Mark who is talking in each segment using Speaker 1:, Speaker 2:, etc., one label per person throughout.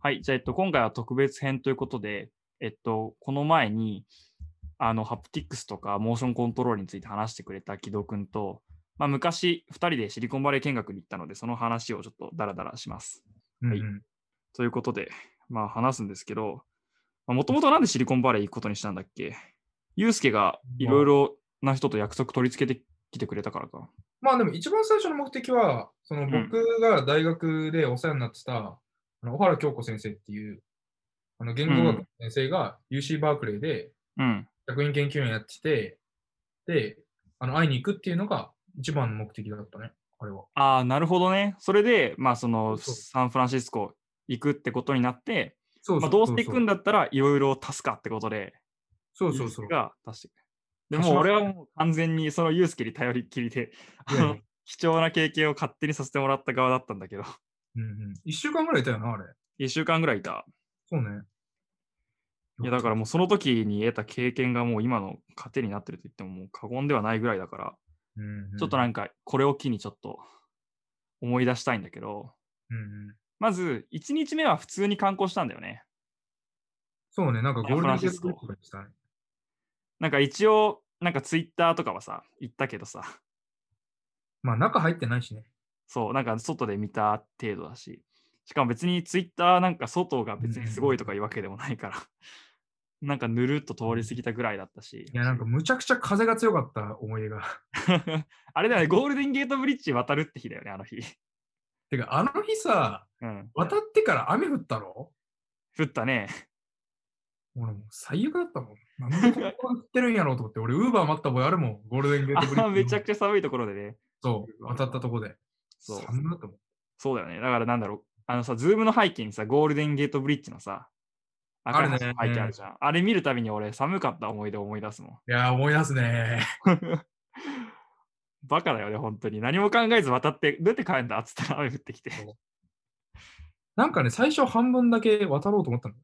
Speaker 1: はい。じゃあ、えっと、今回は特別編ということで、えっと、この前に、あの、ハプティックスとか、モーションコントロールについて話してくれた木戸君と、まあ、昔、2人でシリコンバレー見学に行ったので、その話をちょっとダラダラします。
Speaker 2: うん
Speaker 1: は
Speaker 2: う
Speaker 1: い
Speaker 2: ん
Speaker 1: ということで、まあ、話すんですけど、もともとなんでシリコンバレー行くことにしたんだっけユうスケがいろいろな人と約束取り付けてきてくれたからか。
Speaker 2: まあでも一番最初の目的は、その
Speaker 1: ん
Speaker 2: 僕が大学でお世話になってた、あの小原京子先生っていう、あの言語学の先生が UC バークレーで
Speaker 1: うん。
Speaker 2: 客員研究員やってて、で、あの会いに行くっていうのが一番の目的だったね、あれは。
Speaker 1: ああ、なるほどね。それで、まあ、その、
Speaker 2: そうそう
Speaker 1: サンフランシスコ行くってことになって、
Speaker 2: そう
Speaker 1: ま
Speaker 2: そ
Speaker 1: あ、
Speaker 2: う
Speaker 1: ど
Speaker 2: そ
Speaker 1: し
Speaker 2: ううそう
Speaker 1: ていくんだったらいろいろ足すかってことで、
Speaker 2: そうそうそ
Speaker 1: ユー
Speaker 2: う
Speaker 1: スケ。が足していく。で
Speaker 2: 足
Speaker 1: も
Speaker 2: し
Speaker 1: う
Speaker 2: ます
Speaker 1: 俺はもう完全にそのユースケに頼りっきりで、あ
Speaker 2: いやい
Speaker 1: の
Speaker 2: や
Speaker 1: 貴重な経験を勝手にさせてもらった側だったんだけど、
Speaker 2: うんうん、一週間ぐらいいたよな、あれ。
Speaker 1: 1週間ぐらいいた。
Speaker 2: そうね。
Speaker 1: いやだからもうその時に得た経験がもう今の糧になってると言ってももう過言ではないぐらいだから、
Speaker 2: うんうん、
Speaker 1: ちょっとなんかこれを機にちょっと思い出したいんだけど、
Speaker 2: うんうん、
Speaker 1: まず1日目は普通に観光したんだよね。
Speaker 2: そうね、なんかゴールデンウィ
Speaker 1: サンフ
Speaker 2: ーク
Speaker 1: ランシスコ
Speaker 2: とかでしたね。
Speaker 1: なんか一応、なんかツイッターとかはさ、言ったけどさ、
Speaker 2: まあ中入ってないしね。
Speaker 1: そう、なんか外で見た程度だし、しかも別にツイッターなんか外が別にすごいとかいうわけでもないから、 なんかぬるっと通り過ぎたぐらいだったし、
Speaker 2: いや、なんかむちゃくちゃ風が強かった思い出が。
Speaker 1: あれだよね、ゴールデンゲートブリッジ渡るって日だよね、あの日。
Speaker 2: てか、あの日さ、
Speaker 1: うん。
Speaker 2: 渡ってから雨降ったろ
Speaker 1: 降ったね。
Speaker 2: 俺もう最悪だったもん。なんでここ降ってるんやろうと思って、俺、ウーバー待った覚えあるもん、ゴールデンゲートブリッ
Speaker 1: あ
Speaker 2: ジ。
Speaker 1: めちゃくちゃ寒いところでね。
Speaker 2: そう、渡ったとこで。
Speaker 1: そう
Speaker 2: 寒かったもん。
Speaker 1: そうだよね。だからなんだろう、あのさ、ズームの背景にさ、ゴールデンゲートブリッジのさ、赤い橋の
Speaker 2: ある
Speaker 1: 背
Speaker 2: ね
Speaker 1: 景あるじゃん。あれ見るたびに俺、寒かった思い出を思い出すもん。
Speaker 2: いやー、思い出すね。
Speaker 1: バカだよね、本当に。何も考えず渡って、どうやって帰るんだっつったら雨降ってきて。
Speaker 2: そうなんかね、最初半分だけ渡ろうと思ったの。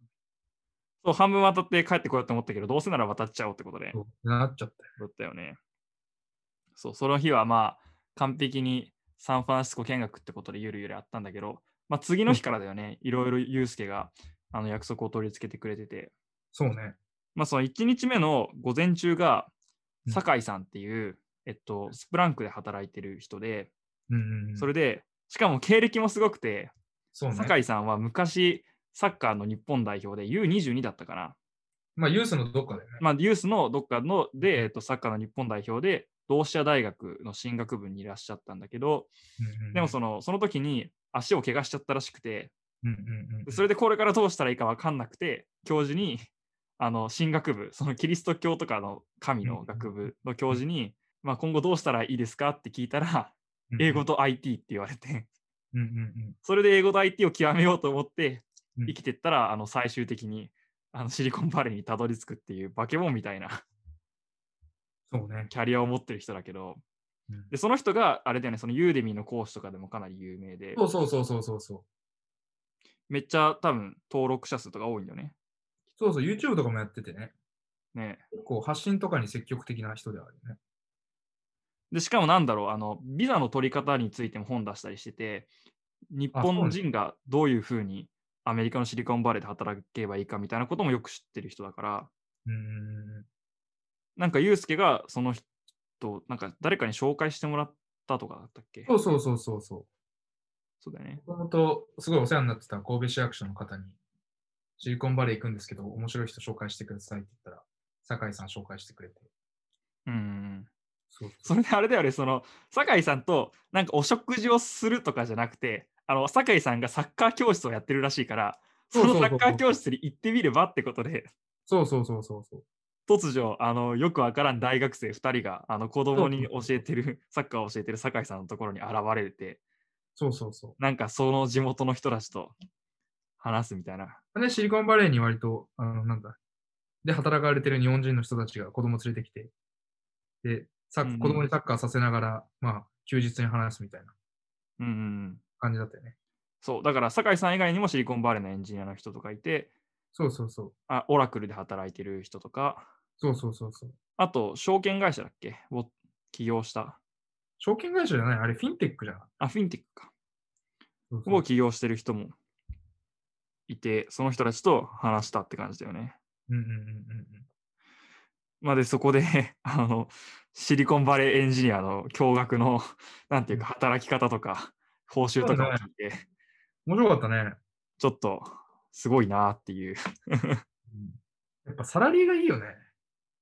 Speaker 1: そう、半分渡って帰ってこようと思ったけど、どうせなら渡っちゃおうってことで、
Speaker 2: そうなっちゃったよ。
Speaker 1: だったよね。そう、その日はまあ、完璧にサンフランシスコ見学ってことでゆるゆるあったんだけど、まあ次の日からだよね、いろいろユうスケがあの約束を取り付けてくれてて、
Speaker 2: そうね。
Speaker 1: まあその1日目の午前中が、
Speaker 2: うん
Speaker 1: 酒井さんっていう、えっと、スプランクで働いてる人で、
Speaker 2: うんうんうん。
Speaker 1: それで、しかも経歴もすごくて、
Speaker 2: そうね。
Speaker 1: 酒井さんは昔サッカーの日本代表で U22 だったかな。
Speaker 2: まあ、ユースのどっかだよね。
Speaker 1: まあ、ユースのどっかので、えっと、サッカーの日本代表で、同志社大学の進学部にいらっしゃったんだけど、
Speaker 2: うんうんうん
Speaker 1: でもそのその時に足を怪我しちゃったらしくて、
Speaker 2: うんうんうん、
Speaker 1: それでこれからどうしたらいいか分かんなくて、教授に、あの、進学部、そのキリスト教とかの神の学部の教授に、まあ、今後どうしたらいいですかって聞いたら、英語と IT って言われて、
Speaker 2: うんうんうん
Speaker 1: それで英語と IT を極めようと思って
Speaker 2: うん
Speaker 1: 生きてったら、あの最終的にあのシリコンバレーにたどり着くっていう化け物みたいな
Speaker 2: そうね。
Speaker 1: キャリアを持ってる人だけど
Speaker 2: うん
Speaker 1: でその人があれだよねそのユーデミーの講師とかでもかなり有名で
Speaker 2: そうそうそうそうそうそう。
Speaker 1: めっちゃ多分登録者数とか多いんだよね。
Speaker 2: そうそう、YouTube とかもやっててね。
Speaker 1: ね
Speaker 2: 結構発信とかに積極的な人ではあるよね。
Speaker 1: でしかもなんだろうあのビザの取り方についても本出したりしてて日
Speaker 2: あそうなん
Speaker 1: 本
Speaker 2: だ
Speaker 1: 人がどういうふうにアメリカのシリコンバレーで働けばいいかみたいなこともよく知ってる人だから
Speaker 2: うーん。
Speaker 1: なんかユうスケがその人、なんか誰かに紹介してもらったとかだったっけ
Speaker 2: そうそうそうそうそう。
Speaker 1: そうだよね。
Speaker 2: もともとすごいお世話になってた神戸市役所の方に、シリコンバレー行くんですけど、面白い人紹介してくださいって言ったら、酒井さん紹介してくれて。
Speaker 1: うんうんうん。
Speaker 2: そう
Speaker 1: それであれだよね、その、酒井さんとなんかお食事をするとかじゃなくて、あの、酒井さんがサッカー教室をやってるらしいから、そ
Speaker 2: そう
Speaker 1: の
Speaker 2: そう
Speaker 1: サ
Speaker 2: そうそ
Speaker 1: ッ
Speaker 2: う
Speaker 1: カー教室に行ってみればってことで、
Speaker 2: そうそうそうそうそう。
Speaker 1: 突如、あの、よくわからん大学生2人が、あの、子供に
Speaker 2: そうそう
Speaker 1: 教えてる、サッカーを教えてる酒井さんのところに現れて、
Speaker 2: そうそうそ
Speaker 1: なんかその地元の人たちと話すみたいな。
Speaker 2: う。で、シリコンバレーに割と、あの、なんだ。で、働かれてる日本人の人たちが子供連れてきて、で、サ
Speaker 1: うんうん
Speaker 2: ッ子供にサッカーさせながら、まあ、休日に話すみたいな
Speaker 1: うんうんうん。
Speaker 2: 感じだったよね。
Speaker 1: そう、だから酒井さん以外にもシリコンバレーのエンジニアの人とかいて、
Speaker 2: そうそうそう。
Speaker 1: あオラクルで働いてる人とか、
Speaker 2: そうそうそうそう。
Speaker 1: あと、証券会社だっけを起業した。
Speaker 2: 証券会社じゃない、あれフィンテックじゃん。
Speaker 1: あ、フィンテックか。
Speaker 2: そうそう
Speaker 1: を起業してる人もいて、その人たちと話したって感じだよね。
Speaker 2: うんうんうん
Speaker 1: まあ、で、そこで あの、シリコンバレーエンジニアの驚愕の、 なんていうか、
Speaker 2: うん
Speaker 1: 働き方とか、報酬とかを
Speaker 2: そうだ
Speaker 1: 聞いて、
Speaker 2: うん。面白かったね。
Speaker 1: ちょっと、すごいなっていう。い
Speaker 2: やっぱサラリーがいいよね。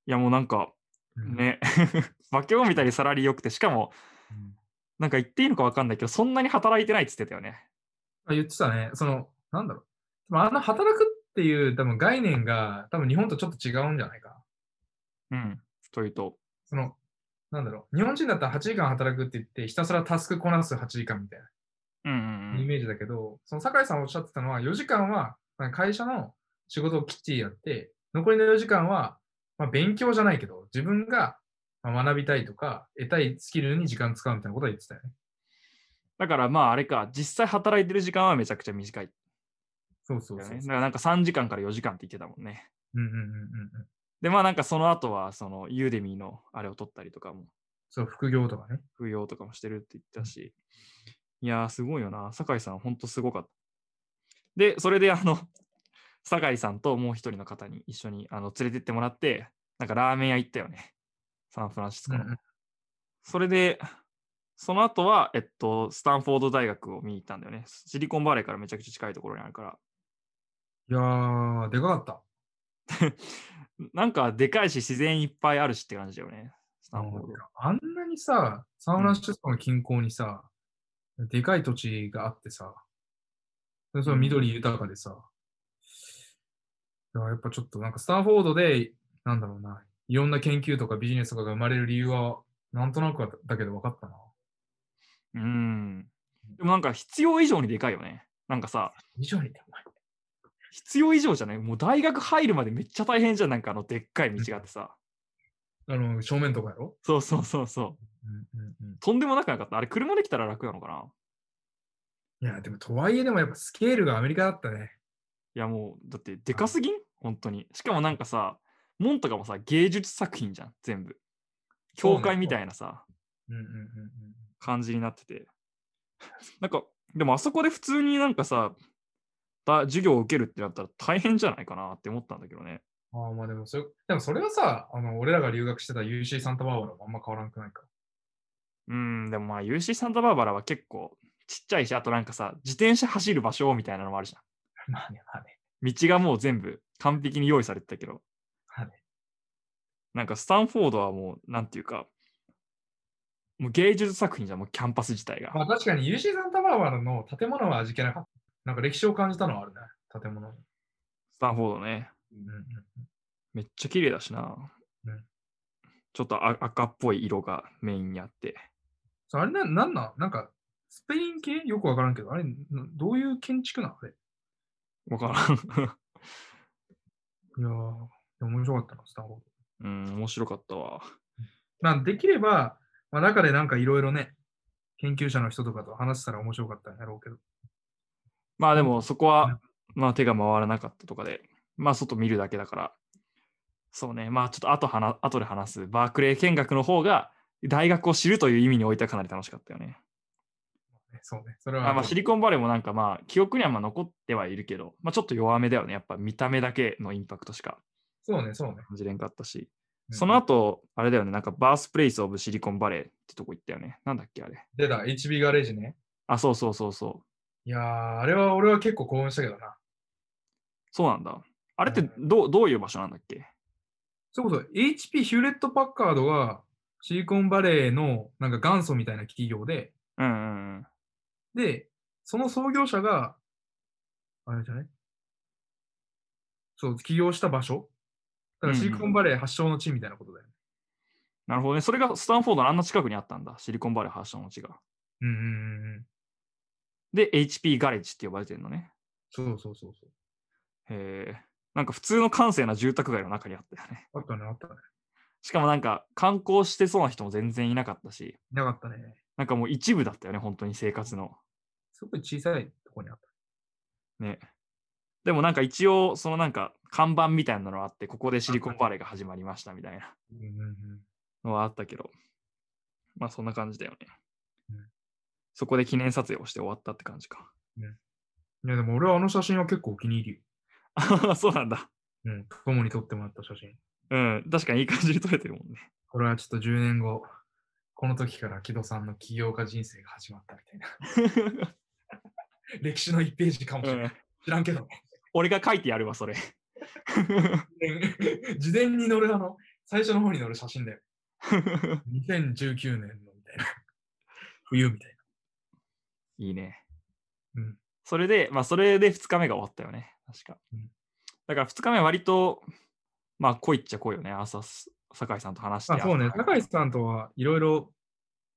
Speaker 1: や、もうなんか、
Speaker 2: うん。
Speaker 1: ね、 化け物みたいにサラリー良くて、しかも、
Speaker 2: うん
Speaker 1: なんか言っていいのか分かんないけど、そんなに働いてないって言ってたよね。
Speaker 2: あ言ってたね。その、なんだろう。でもあの働くっていう多分概念が多分日本とちょっと違うんじゃないか。
Speaker 1: うん。というと、
Speaker 2: その、なんだろう。日本人だったら8時間働くって言って、ひたすらタスクこなす8時間みたい
Speaker 1: うんう
Speaker 2: なん
Speaker 1: う
Speaker 2: イ
Speaker 1: ん。
Speaker 2: メージだけど、その酒井さんおっしゃってたのは4時間はまあ会社の仕事をきっちりやって、残りの4時間は、まあ、勉強じゃないけど、自分がまあ学びたいとか、得たいスキルに時間使うみたいなことは言ってたよね。
Speaker 1: だからまあ、あれか、実際働いてる時間はめちゃくちゃ短いん
Speaker 2: そうそう
Speaker 1: だよ
Speaker 2: そう
Speaker 1: ね。だからなんか3時間から4時間って言ってたもんね。
Speaker 2: うんうんうんうん。
Speaker 1: で、まあなんかその後は、その、ユーデミーのあれを取ったりとかも、
Speaker 2: そう、副業とかね。
Speaker 1: 副業とかもしてるって言ってたし、いやー、すごいよな。酒井さん、ほんとすごかった。で、それで、あの、 酒井さんともう一人の方に一緒にあの連れてってもらって、なんかラーメン屋行ったよね。サンフランシスコの。
Speaker 2: うんうん
Speaker 1: それで、その後は、えっと、スタンフォード大学を見に行ったんだよね。シリコンバレーからめちゃくちゃ近いところにあるから。
Speaker 2: いやー、でかかった。
Speaker 1: なんかでかいし、自然いっぱいあるしって感じだよね。スタンフォード。
Speaker 2: あんなにさ、サンフランシスコの近郊にさ、でかい土地があってさ、でその緑豊かでさ、いややっぱちょっとなんかスタンフォードで、なんだろうな、いろんな研究とかビジネスとかが生まれる理由は、なんとなくだけど分かったな。
Speaker 1: うん。でもなんか必要以上にでかいよね。なんかさ、
Speaker 2: 以上にでかい。
Speaker 1: 必要以上じゃないもう大学入るまでめっちゃ大変じゃん。なんかあのでっかい道があってさ。
Speaker 2: あの、正面とかやろ
Speaker 1: そうそうそうそう。
Speaker 2: うんうんうん。
Speaker 1: とんでもなくなかった。あれ、車できたら楽なのかない
Speaker 2: や、でもとはいえでもやっぱスケールがアメリカだったね。
Speaker 1: いやもう、だってでかすぎん本当に。しかもなんかさ、門とかもさ、芸術作品じゃん。全部。
Speaker 2: そうね
Speaker 1: 教会みたいなさ、
Speaker 2: うんうんうん
Speaker 1: 感じになってて。 なんか、でもあそこで普通になんかさ、だ授業を受けるってなったら大変じゃないかなって思ったんだけどね。
Speaker 2: うん。ああ、まあでもそれ、でもそれはさ、あの、俺らが留学してた UC サンタバーバラもあんま変わらんくないか。
Speaker 1: うん、でもまあ UC サンタバーバラは結構ちっちゃいし、あとなんかさ、自転車走る場所みたいなのもあるじゃん。
Speaker 2: まあね、まあね。
Speaker 1: 道がもう全部完璧に用意されてたけど、
Speaker 2: はい
Speaker 1: なんかスタンフォードはもう、なんていうか、もう芸術作品じゃん、もうキャンパス自体が。
Speaker 2: まあ確かに UC サンタバーバラの建物は味気なかった。なんか歴史を感じたのはあるね、建物に。
Speaker 1: スタンフォードね、
Speaker 2: うんうん
Speaker 1: めっちゃ綺麗だしな。
Speaker 2: うん
Speaker 1: ちょっとあ赤っぽい色がメインにあって。
Speaker 2: そうあれな、なんなんなんか、スペイン系よくわからんけど、あれ、などういう建築なのあれ。
Speaker 1: わからん。
Speaker 2: いやー、面白かったな、スタンフォード。
Speaker 1: うん、面白かったわ。
Speaker 2: まあできれば、まあ中でなんかいろいろね、研究者の人とかと話したら面白かったんやろうけど。
Speaker 1: まあでもそこ
Speaker 2: う
Speaker 1: は、まあ手が回らなかったとかで、まあ外見るだけだから、そうね、まあちょっと後話後で話すバークレー見学の方が大学を知るという意味においてはかなり楽しかったよね。
Speaker 2: ねそうね、それは。
Speaker 1: あまあ、シリコンバレーもなんかまあ記憶にはまあ残ってはいるけど、まあちょっと弱めだよね。やっぱ見た目だけのインパクトしか
Speaker 2: そうね、そうね。
Speaker 1: 感じれんかったし、
Speaker 2: うん
Speaker 1: その後、あれだよね、なんかバースプレイスオブシリコンバレーってとこ行ったよね。なんだっけあれ。
Speaker 2: 出た、HB ガレージね。
Speaker 1: あ、そうそうそうそう。
Speaker 2: いやー、あれは俺は結構興奮したけどな。
Speaker 1: そうなんだ。あれってどうどういう場所なんだっけ
Speaker 2: そうこそ HP ヒューレット・パッカードはシリコンバレーのなんか元祖みたいな企業で、
Speaker 1: うんうんうん。
Speaker 2: で、その創業者が、あれじゃないそう、起業した場所だからシリコンバレー発祥の地みたいなことだよね。
Speaker 1: なるほどね。それがスタンフォードのあんな近くにあったんだ。シリコンバレー発祥の地が。
Speaker 2: うんうんうんうん。
Speaker 1: で、HP ガレージって呼ばれてるのね。
Speaker 2: そうそうそうそ
Speaker 1: へえ。なんか普通の閑静な住宅街の中にあったよね。
Speaker 2: う。あったね、あったね。
Speaker 1: しかもなんか観光してそうな人も全然いなかったし、
Speaker 2: いなかったね。
Speaker 1: なんかもう一部だったよね、本当に生活の。
Speaker 2: すごい小さいとこにあった。
Speaker 1: ね。でもなんか一応、そのなんか看板みたいなのあって、ここでシリコンバレーが始まりましたみたいな
Speaker 2: うんうんうん。
Speaker 1: のはあったけど、まあそんな感じだよね
Speaker 2: うん。
Speaker 1: そこで記念撮影をして終わったって感じか。
Speaker 2: いや、でも俺はあの写真は結構お気に入りよ。
Speaker 1: あ そうなんだ。
Speaker 2: うん、友に撮ってもらった写真。
Speaker 1: うん、確かにいい感じに撮れてるもんね。
Speaker 2: これはちょっと10年後、この時から木戸さんの起業家人生が始まったみたいな。歴史の1ページかもし
Speaker 1: う
Speaker 2: れない。
Speaker 1: ん、
Speaker 2: 知らんけど。
Speaker 1: 俺が書いてやるわ、それ。
Speaker 2: 事前に載るあの、最初の方に載る写真だよ。2019年のみたいな。冬みたい
Speaker 1: いいね。
Speaker 2: うん
Speaker 1: それで、まあ、それで2日目が終わったよね。確か。
Speaker 2: うん
Speaker 1: だから2日目割と、まあ、来いっちゃ来いよね。朝す、酒井さんと話して。
Speaker 2: な。あ、そうね。
Speaker 1: 朝
Speaker 2: 酒井さんとはいろいろ、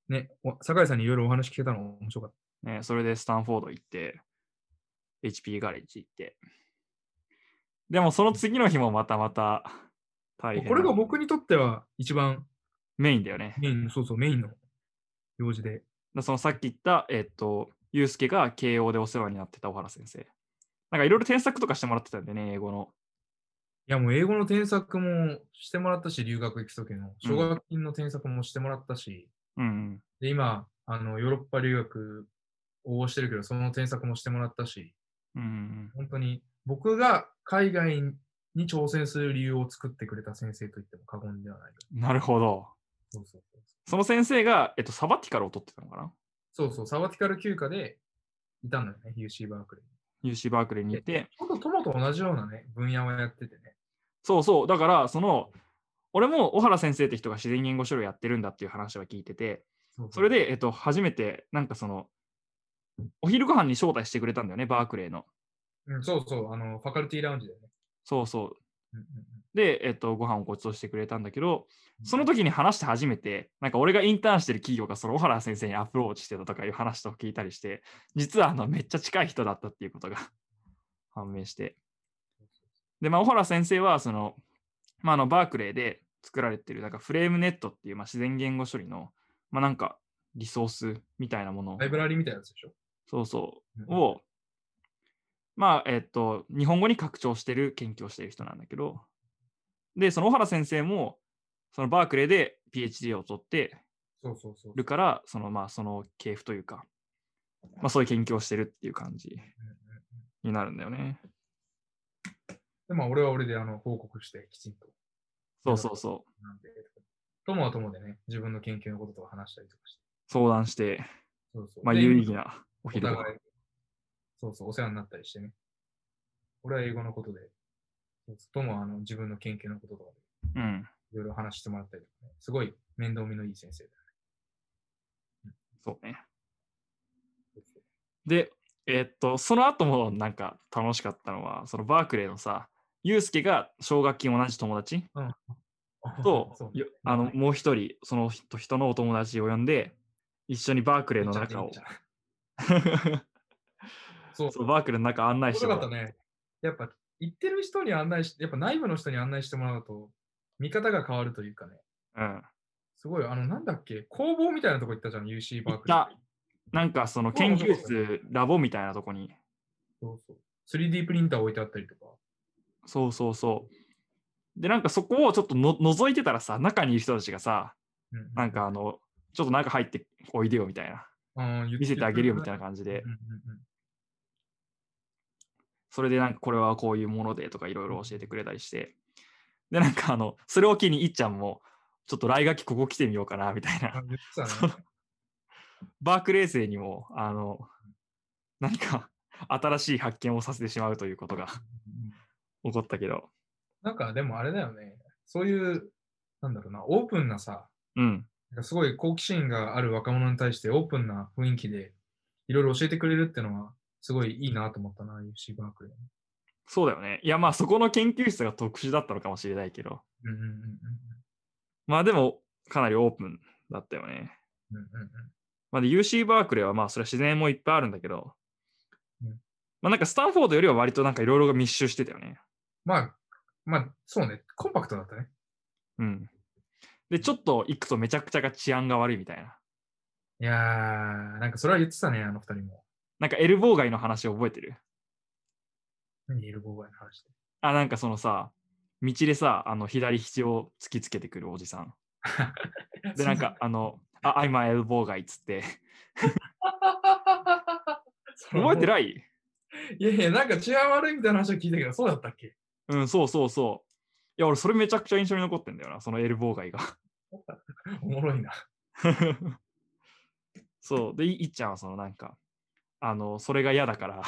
Speaker 2: ね、お酒井さんにいろいろお話聞けたの面白かった。
Speaker 1: ね、それでスタンフォード行って、HP ガレージ行って。でもその次の日もまたまた大変な。
Speaker 2: これが僕にとっては一番
Speaker 1: メインだよね。
Speaker 2: メインの、そうそう、メインの用事で。
Speaker 1: だそのさっき言った、えっと、ゆうすけが慶応でお世話になってた小原先生。なんかいろいろ添削とかしてもらってたんでね、英語の。
Speaker 2: いや、もう英語の添削もしてもらったし、留学行くときの、奨学金の添削もしてもらったし、
Speaker 1: うんうん。
Speaker 2: で、今、あの、ヨーロッパ留学応募してるけど、その添削もしてもらったし、
Speaker 1: うんうん
Speaker 2: 本当に僕が海外に挑戦する理由を作ってくれた先生と言っても過言ではない。
Speaker 1: うん、なるほど。
Speaker 2: そうそうそう
Speaker 1: その先生が、えっと、サバティカルを取ってたのかな
Speaker 2: そう。そうそう、サバティカル休暇でいたんだよね、UC バークレー。
Speaker 1: ?UC バークレーにいて。
Speaker 2: ちょっと友と同じようなね、分野をやっててね。
Speaker 1: そうそう。だから、その、俺も小原先生って人が自然言語処理をやってるんだっていう話は聞いてて、
Speaker 2: そうそう
Speaker 1: それ、で、えっと、初めて、なんかその、お昼ご飯に招待してくれたんだよね、バークレーの。
Speaker 2: うん、そうそう、あの、ファカルティラウンジだよね。
Speaker 1: そうそう。
Speaker 2: うんうんうん
Speaker 1: で、えっと、ご飯をご馳走してくれたんだけど、その時に話して初めて、なんか俺がインターンしてる企業がその小原先生にアプローチしてたとかいう話とか聞いたりして、実はあのめっちゃ近い人だったっていうことが 判明して。で、まあ、小原先生はその、まあ、あのバークレーで作られてるなんかフレームネットっていう、まあ、自然言語処理の、まあ、なんかリソースみたいなものを
Speaker 2: ライブラリみたいなやつでしょ。
Speaker 1: そうそう
Speaker 2: うんうん
Speaker 1: を、まあ、えっと、日本語に拡張してる研究をしてる人なんだけど、で、その小原先生も、そのバークレーで PhD を取って
Speaker 2: そうそうそう。
Speaker 1: るから、その、まあ、その系譜というか、まあ、そういう研究をしてるっていう感じ
Speaker 2: うんうん
Speaker 1: になるんだよね。
Speaker 2: で、まあ、俺は俺であの報告して、きちんと。
Speaker 1: そうそうそう。
Speaker 2: なんで、友は友でね、自分の研究のこととか話したりとかして。
Speaker 1: 相談して、
Speaker 2: そうそう。
Speaker 1: まあ、
Speaker 2: で
Speaker 1: 有意義なお
Speaker 2: お
Speaker 1: 昼ご
Speaker 2: 互い、そうそう、お世話になったりしてね。俺は英語のことで、そうそう友はあの自分の研究のこととかで、
Speaker 1: うん。
Speaker 2: いろいろ話してもらったりとかね。すごい面倒見のいい先生だよ
Speaker 1: そうね。
Speaker 2: そうそう
Speaker 1: で、えっと、その後もなんか楽しかったのは、そのバークレーのさ、ユうスケが奨学金同じ友達と
Speaker 2: そう、
Speaker 1: よあの
Speaker 2: はい
Speaker 1: もう一人、その人人のお友達を呼んで、一緒にバークレーの
Speaker 2: めっちゃ
Speaker 1: 中を
Speaker 2: めっち、ゃそ う
Speaker 1: そうバークレーの中案内して
Speaker 2: 面白
Speaker 1: も
Speaker 2: からったね。やっぱ、行ってる人に案内し、やっぱ内部の人に案内してもらうと、見方が変わるというかね。
Speaker 1: うん。
Speaker 2: すごい、あの、なんだっけ、工房みたいなとこ行ったじゃん、UC バークリ
Speaker 1: 行
Speaker 2: ー
Speaker 1: っ。なんかその研究室、ラボみたいなとこに、
Speaker 2: そうそう。3D プリンター置いてあったりとか。
Speaker 1: そうそうそう。で、なんかそこをちょっとの覗いてたらさ、中にいる人たちがさ、
Speaker 2: うんうん
Speaker 1: なんかあの、ちょっと中入っておいでよみたいな、
Speaker 2: あー
Speaker 1: 見せてあげるよみたい
Speaker 2: な。
Speaker 1: な感じ
Speaker 2: うん
Speaker 1: で
Speaker 2: う、んうん
Speaker 1: それでなんかこれはこういうものでとかいろいろ教えてくれたりして、で、なんかあの、それを機にいっちゃんも、ちょっと来学期ここ来てみようかなみたいな
Speaker 2: あ、言ってたね
Speaker 1: そのバークレー生にも、あの、何か新しい発見をさせてしまうということが
Speaker 2: うんう
Speaker 1: 起
Speaker 2: ん
Speaker 1: こったけど、
Speaker 2: なんか、でもあれだよね。そういう、なんだろうな、オープンなさ、
Speaker 1: うん、
Speaker 2: なんかすごい好奇心がある若者に対してオープンな雰囲気で、いろいろ教えてくれるってのは、すごいいいなと思ったな、UC バークリー。
Speaker 1: そうだよね。いや、まあそこの研究室が特殊だったのかもしれないけど、
Speaker 2: うんうんうん
Speaker 1: まあでもかなりオープンだったよね。
Speaker 2: うんうんうんうん。
Speaker 1: まあ、で UC バークレーはまあそれは自然もいっぱいあるんだけど、
Speaker 2: うん
Speaker 1: まあなんかスタンフォードよりは割となんかいろいろが密集してたよね。
Speaker 2: まあ、まあ、そうね、コンパクトだったね。
Speaker 1: うん。で、ちょっと行くとめちゃくちゃが治安が悪いみたいな。
Speaker 2: いやー、なんかそれは言ってたね、あの二人も。
Speaker 1: なんかエルボー街の話覚えてる
Speaker 2: 何エルボーガイの話で。
Speaker 1: あ、なんかそのさ、道でさ、あの左肘を突きつけてくるおじ さん。で、なんか、あの、あ、I'm a elbow guy っつって。
Speaker 2: その、
Speaker 1: 覚えてない
Speaker 2: いやいや、なんか治安悪いみたいな話を聞いたけど、そうだったっ け
Speaker 1: うん、そうそうそう。いや、俺、それめちゃくちゃ印象に残ってんだよな、そのエルボー街が。
Speaker 2: おもろいな。
Speaker 1: そう。で、いいっちゃんは、そのなんか、あの、それが嫌だから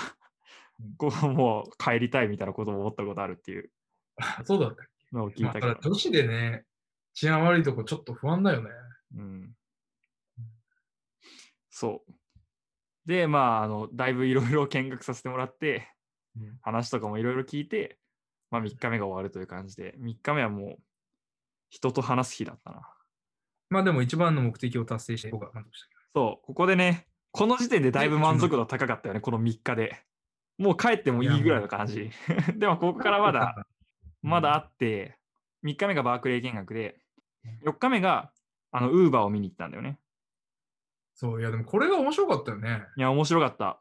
Speaker 2: うん、
Speaker 1: こうもう帰りたいみたいなことも思ったことあるっていう
Speaker 2: あそうだったっ
Speaker 1: のを
Speaker 2: け、
Speaker 1: 聞い
Speaker 2: まあ、
Speaker 1: たけ
Speaker 2: た
Speaker 1: ど、
Speaker 2: だ女子でね、治安悪いとこちょっと不安だよね。
Speaker 1: うん。そう。で、まあ、あの、だいぶいろいろ見学させてもらって、話とかもいろいろ聞いて、まあ、3日目が終わるという感じで、3日目はもう、人と話す日だったな。
Speaker 2: まあでも一番の目的を達成して、僕は満足したけ
Speaker 1: そう、ここでね、この時点でだいぶ満足度高かったよね、この3日で。もう帰ってもいいぐらいの感じ。 でも、ここから
Speaker 2: ど。
Speaker 1: まだ、
Speaker 2: うん
Speaker 1: まだあって、3日目がバークレー見学で、4日目が、あの、ウーバーを見に行ったんだよね。
Speaker 2: そう、いやでもこれが面白かったよね。
Speaker 1: いや、面白かった。